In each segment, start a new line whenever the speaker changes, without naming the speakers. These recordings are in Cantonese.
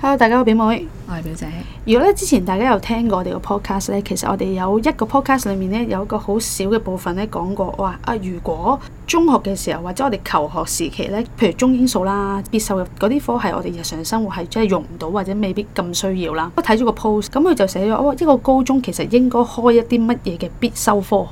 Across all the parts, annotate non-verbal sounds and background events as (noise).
Hello，大家好，表妹。
我係表姐，
如果咧之前大家有聽過我哋個 podcast 咧，其實我哋有一個 podcast 裏面咧有一個好少嘅部分咧講過，話啊如果中學嘅時候或者我哋求學時期咧，譬如中英數啦、必修嘅嗰啲科係我哋日常生活係真係用唔到或者未必咁需要啦。我睇咗個 post，咁佢就寫咗，哦一個高中其實應該開一啲乜嘢嘅必修科。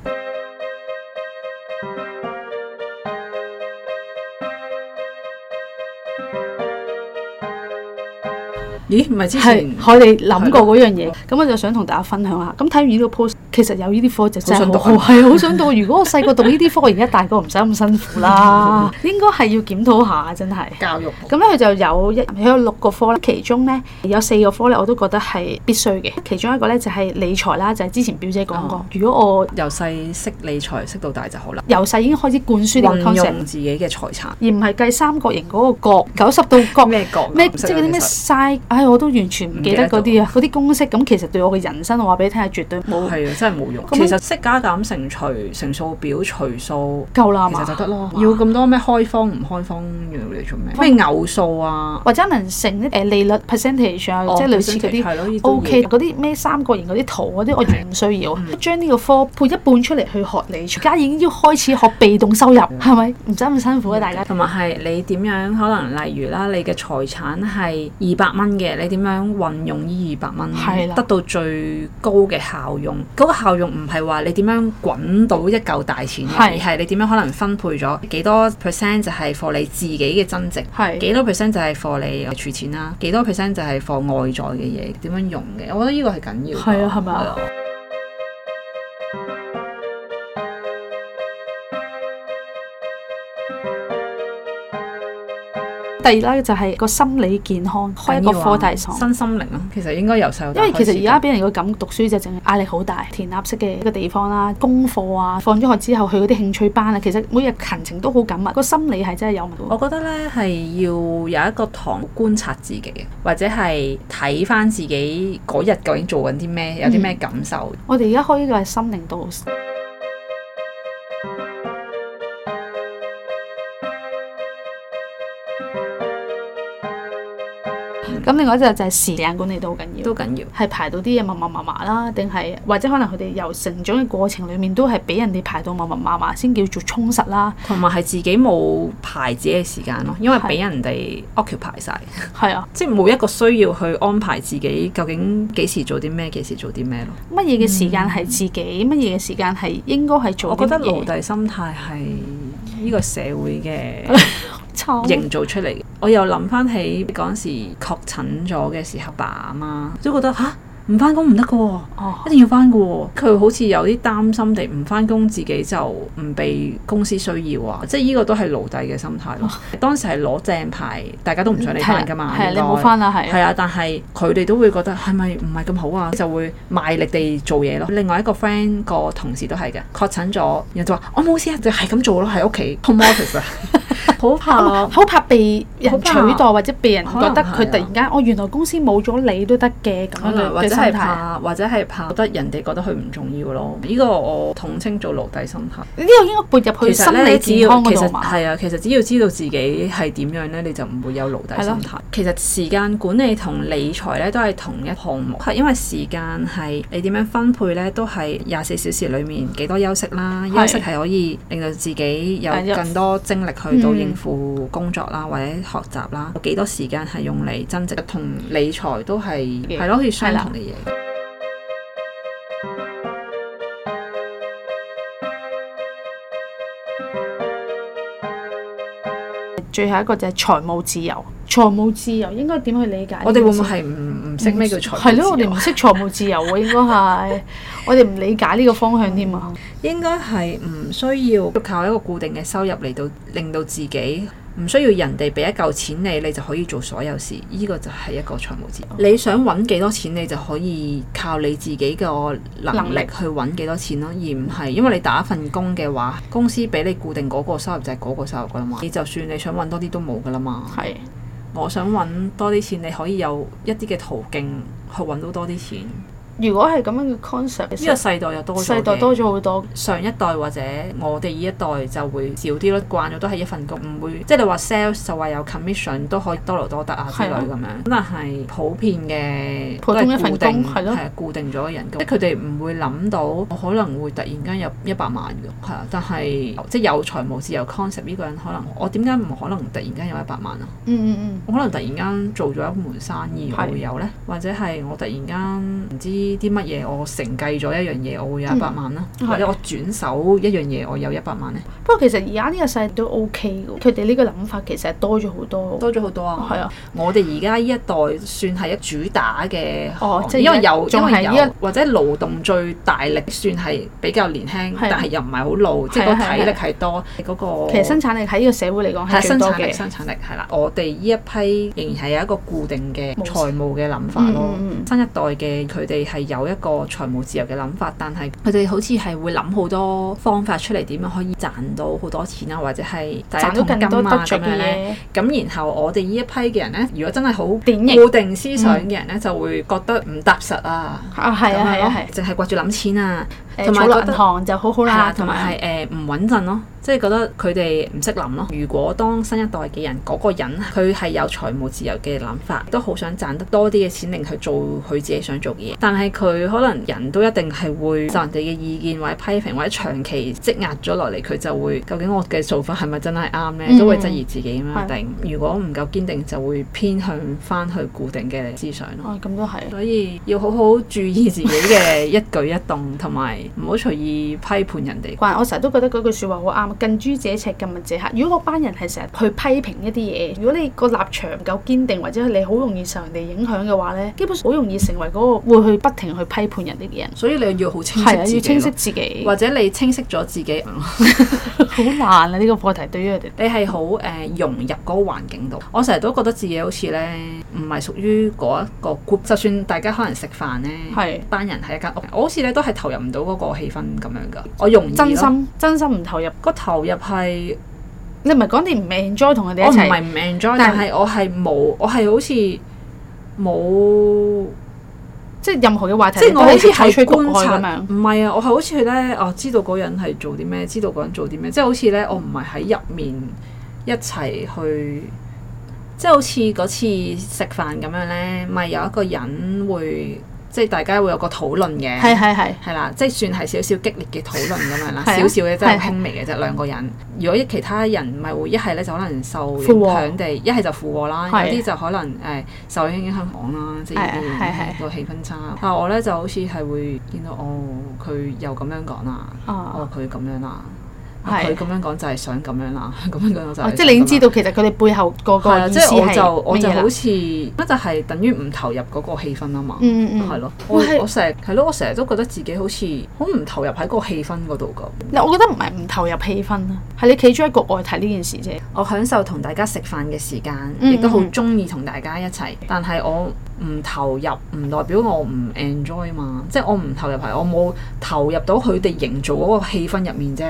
咦？唔係之
係
前
我哋諗過嗰樣嘢，咁我就想同大家分享下。咁睇完呢個 post，其實有呢啲科就真係好
好啊
好，係啊好想到。如果我細個讀呢啲科，我而家大個唔使咁辛苦
(laughs)
啦，應該係要檢討下，真係。
教育
咁咧佢就有一佢有六個科啦，其中咧有四個科咧我都覺得係必須嘅，其中一個咧就係理財啦，就係之前表姐講過
哦，
如果我
由細識理財，識到大就好啦。
由細已經開始灌輸呢個
運
concept，
用自己嘅財產，
而唔係計三角形嗰個角九十度角。
咩角
咩
唔
即係
識
嗰
啊
啲咩
其實
size，唉，我都完全唔記得嗰
唔記
啲啊，嗰啲公式咁，其實對我嘅人生，我話俾你聽係絕對冇
係啊，真係冇用。
咁樣
其實識加減乘除、乘數表、除數，
夠啦
其實就
嘛。
得咯。啊要咁多咩開方唔開方要嚟做咩？咩偶數啊？
或者能成啲誒利率 percentage 啊，即係類似嗰啲。
哦係咯呢啲嘢嗯
O K 嗰啲咩三角形嗰啲圖嗰啲，我完全唔需要。將呢個科配一半出嚟去學理財，而家已經要開始學被動收入，
嗯
係咪？唔使咁辛苦啊，大家。
同埋係你點樣可能例如啦，你嘅財產係二百蚊嘅，你點樣運用呢二百
係啦
蚊，得到最高嘅效用？嗰、個效用唔係話你點樣滾到一嚿大錢嘅，
係
而係你點樣可能分配咗幾多 percent 就係 for 你自己嘅增值。
係
幾多 percent 就係 for 你儲錢啦，幾多 percent 就係 for 外在嘅嘢點樣用嘅，我覺得呢個係緊要㗎。
係啊係咪啊
係啊？
第二啦，就係個心理健康，開一個科大堂。
新啊心靈啊，其實應該由細到
因
大
為其
開始
實而家俾人個感覺讀書就淨係壓力好大，填鴨式嘅一個地方啦，功課啊，放咗學之後去嗰啲興趣班啊，其實每日行程都好緊密，個心理係真係有問題。
我覺得咧係要有一個堂觀察自己，或者係睇翻自己嗰日究竟做緊啲咩，有啲咩感受。
我哋而家開呢個係心靈導師。咁另外一隻就係時間管理都好緊要
都。緊要，
係排到啲嘢密密麻麻啦，定係或者可能佢哋由成長嘅過程裡面都係俾人哋排到密密麻麻先叫做充實啦。
同埋係自己冇排自己嘅時間咯，因為
係
俾人哋
嗯
occupy 晒，
係啊，
即係冇一個需要去安排自己究竟幾時做啲咩，幾時做啲咩咯。
乜嘢嘅時間係自己，乜嘢嘅時間係應該係
嗯我
做
覺
啲
得
乜
奴
嘢？
隸心態係呢個社
(laughs)
會嘅。
操
營造出嚟嘅。我又諗翻起嗰陣時確診咗嘅時候，爸阿媽都覺得吓，唔翻工唔得嘅喎，
哦
一定要翻嘅喎。佢好似有啲擔心地唔翻工，自己就唔被公司需要
嗯
啊。即係呢個都係奴隸嘅心態咯。當時係攞正牌，大家都唔想你翻㗎
哦
嘛。
係啊，
應
你
該
冇。翻啦，係啊
係啊，但係佢哋都會覺得係咪唔係咁好啊？就會賣力地做嘢咯。另外一個 friend 個同事都係嘅，確診咗，然後就話我冇事啊，就係咁做咯，喺屋企 home
(laughs)
office 啊，好怕
好怕被人
好
取
怕
代，或者被人覺得佢
可能係啊
突然間，哦，原來公司冇咗你都得嘅咁
可
樣
能或
嘅嘅
者
心
係
態。
怕，或者係怕覺得人哋覺得佢唔重要咯。呢、個我統稱做奴隸心態。
呢個應該撥入去
其實
心
咧，
理
你只
健
要
康
其
嗰度
實
嘛。
係啊，其實只要知道自己係點樣咧，你就唔會有奴隸心
係
態。其實時間管理同理財咧都係同一項目，係因為時間係你點樣分配咧，都係廿四小時裡面幾多休息啦。
係
休息係可以令到自己有
係
更多精力去到
嗯
應付工作啦，或者學習啦。有幾多時間係用嚟增值，同理財都係
嘅
係咯，好似相
係啦
同嘅嘢。
最後一個就係財務自由。財務自由應該點去理解呢件事？
我哋會唔會係唔唔識咩叫財務
係咯，我
自由
哋唔識財務自由喎，應該
(laughs)
係我哋唔理解呢個方向添啊。
應該係唔需要靠一個固定嘅收入嚟到令到自己唔需要人哋俾一嚿錢你，你就可以做所有事。呢、個就係一個財務自由。你想揾幾多錢，你就可以靠你自己個能
能
力
力
去揾幾多錢咯，而唔係因為你打一份工嘅話，公司俾你固定嗰個收入就係嗰個收入噶啦嘛。你就算你想揾多啲都冇噶啦嘛。
係
我想揾多啲錢，你可以有一啲嘅途徑去揾到多啲錢。
如果係咁樣嘅 concept，
呢
其
個
實
世代又多咗
世代
嘅
多咗好多。
上一代或者我哋呢一代就會少啲咯，慣咗都係一份工，唔會即係你話 sales 就話有 commission 都可以多勞多得啊之
係
類
啊
咁樣，咁但係普遍嘅
普通一份工
都係固定
係咯
係啊固定咗嘅人工，即係佢哋唔會諗到我可能會突然間有一百萬嘅，係啊，但係即係有財務自由 concept 呢個人可能我點解唔可能突然間有一百萬啊？
嗯嗯嗯，
我可能突然間做咗一門生意，我
係
會有呢；或者係我突然間唔知啲乜嘢，我承繼咗一樣嘢，我會有一百萬啦；
嗯
或者我轉手一樣嘢，我有一百萬呢，
不過其實而家呢個世代都 OK 嘅，佢哋呢個諗法其實係多咗好多。
多咗好多啊！
係啊，
我哋而家呢一代算係一主打嘅行
哦
業，
即係
因為
而家
有，因
仲
為
係呢
有或者勞動最大力，算係比較年輕，
係啊
但係又唔係好老，即係
係啊
個
係啊
體力係多，嗰個
其實生產力喺呢個社會嚟講
係
係最
生
多
產力，
嘅。
生產力係啦。我哋呢一批仍然係有一個固定嘅
模式
財務嘅諗法咯。
嗯嗯嗯
新一代嘅佢哋係有一個財務自由嘅諗法，但係佢哋好似係會諗好多方法出嚟，點樣可以賺到好多錢啊，或者係大家
賺到
同
更
金
多得
啊
着
咁
嘅
樣咧。
嘢，
咁然後我哋呢一批嘅人呢，如果真係好
典型
固定思想嘅人呢，就會覺得唔踏實啊。
啊係啊係啊係
係，淨係掛住諗錢啊，
誒，
同埋
儲落
覺得
銀行就好好
係啦，
啦，
啊同埋
係
係誒唔穩陣咯，即係覺得佢哋唔識諗咯。如果當新一代嘅人嗰、個人佢係有財務自由嘅諗法，都好想賺得多啲嘅錢，令佢做佢自己想做嘅嘢。但係佢可能人都一定係會受人哋嘅意見或者批評，或者長期積壓咗落嚟，佢就會究竟我嘅做法係咪真係啱呢？都會質疑自己嘛。
係
定如果唔夠堅定，就會偏向翻去固定嘅思想咯。
哦咁都係。
所以要好好注意自己嘅一舉一動，同埋唔好隨意批判人哋。
慣，我成日都覺得嗰句説話好啱，近朱者赤，近墨者黑。如果嗰班人係成日去批評一啲嘢，如果你個立場唔夠堅定，或者你好容易受人哋影響嘅話呢，基本上好容易成為嗰個會去不停去批判人哋嘅人。
所以你要好清
係啊，要
晰自
清
己
晰
咯，
自己，
或者你清晰咗自己，
好難啊！呢、個課題對於佢哋，
你係好誒融入嗰個環境度。我成日都覺得自己好似咧唔係屬於嗰一個 group，就算大家可能食飯咧，
係
班人喺一間屋，我好似咧都係投入唔到嗰個氣氛咁樣㗎。我容易咯
真心真心唔投入。
個投入係
你唔係講你唔 enjoy 同佢哋
我
一
哦唔
齊，
係唔 enjoy，
但
但係我係冇，我係好似冇。
即係任何嘅話題，
即係
你
我
都
好似
採取
係
局外
觀察
咁樣。
唔係啊，我係好似咧，哦，知道嗰人係做啲咩，知道嗰人做啲咩，即係好似咧，我唔係喺入面一齊去，即係好似嗰次食飯咁樣咧，咪有一個人會，即係大家會有個討論嘅，
係啊係係，
係啦，即係算係少少激烈嘅討論咁樣啦，
係啊
少少嘅即
係係
係輕微嘅啫，兩個人。如果其他人咪會一係咧就可能受影
附和
響地，一係就附和啦，
係
有啲就可能誒、受影響講啦，即係
係啊
呢啲
係係
個氣氛差。但係我咧就好似係會見到哦，佢又咁樣講啦，
啊
哦佢咁樣啦，啊
係
佢咁樣講就係想咁樣啦， (laughs) 咁樣講就
哦
係
即係你已經
想咁樣
知道其實佢哋背後個
係
個
啊，
意
即
思
係我
係啊
就我就
乜嘢啦
好似乜就係等於唔投入嗰個氣氛啊嘛。
嗯嗯嗯
係。咯，我
係
我成日係咯，我成日都覺得自己好似好唔投入喺個氣氛嗰度咁。
嗱，我覺得唔係唔投入氣氛啊，係你企咗喺局外睇呢件事啫。
我享受同大家食飯嘅時間，
嗯
亦都好
嗯嗯
中意同大家一齊。但係我唔投入，唔代表我唔 enjoy 嘛。即係我唔投入係我冇投入到佢哋營造嗰個氣氛入面啫。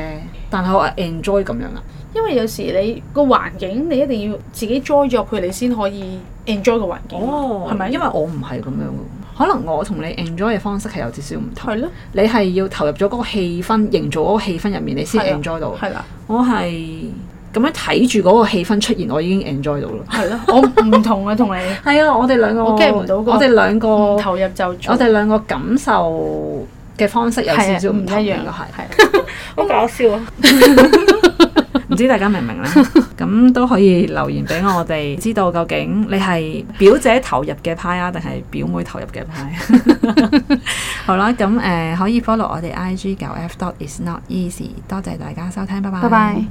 但係我係 enjoy 咁樣啊。
因為有時你個環境，你一定要自己 join 咗入去，你先可以 enjoy 個環境，係咪？
哦因為我唔係咁樣嘅，可能我同你 enjoy 嘅方式係有少少唔同。
係咯，
你係要投入咗嗰個氣氛，營造嗰個氣氛入面，你先
係啊
enjoy 到。
係啦，
我係咁樣睇住嗰個氣氛出現，我已經 enjoy 到啦。
係咯，我唔同啊，同你
係啊，我哋兩個
我 get 唔到個
我哋兩個，
唔
(laughs) 我
投入就做
哋兩個感受嘅方式有少少唔同
係
嘅，
啊
係
係
好搞笑啊！ (laughs) 唔知大家明唔明 (laughs) 咧？咁都可以留言俾我哋，知道究竟你係表姐投入嘅派啊，定係表妹投入嘅派？啊 (laughs) 好啦，咁誒、呃可以 follow 我哋 IG 九 F dot is not easy。多謝大家收聽，拜拜。
拜拜。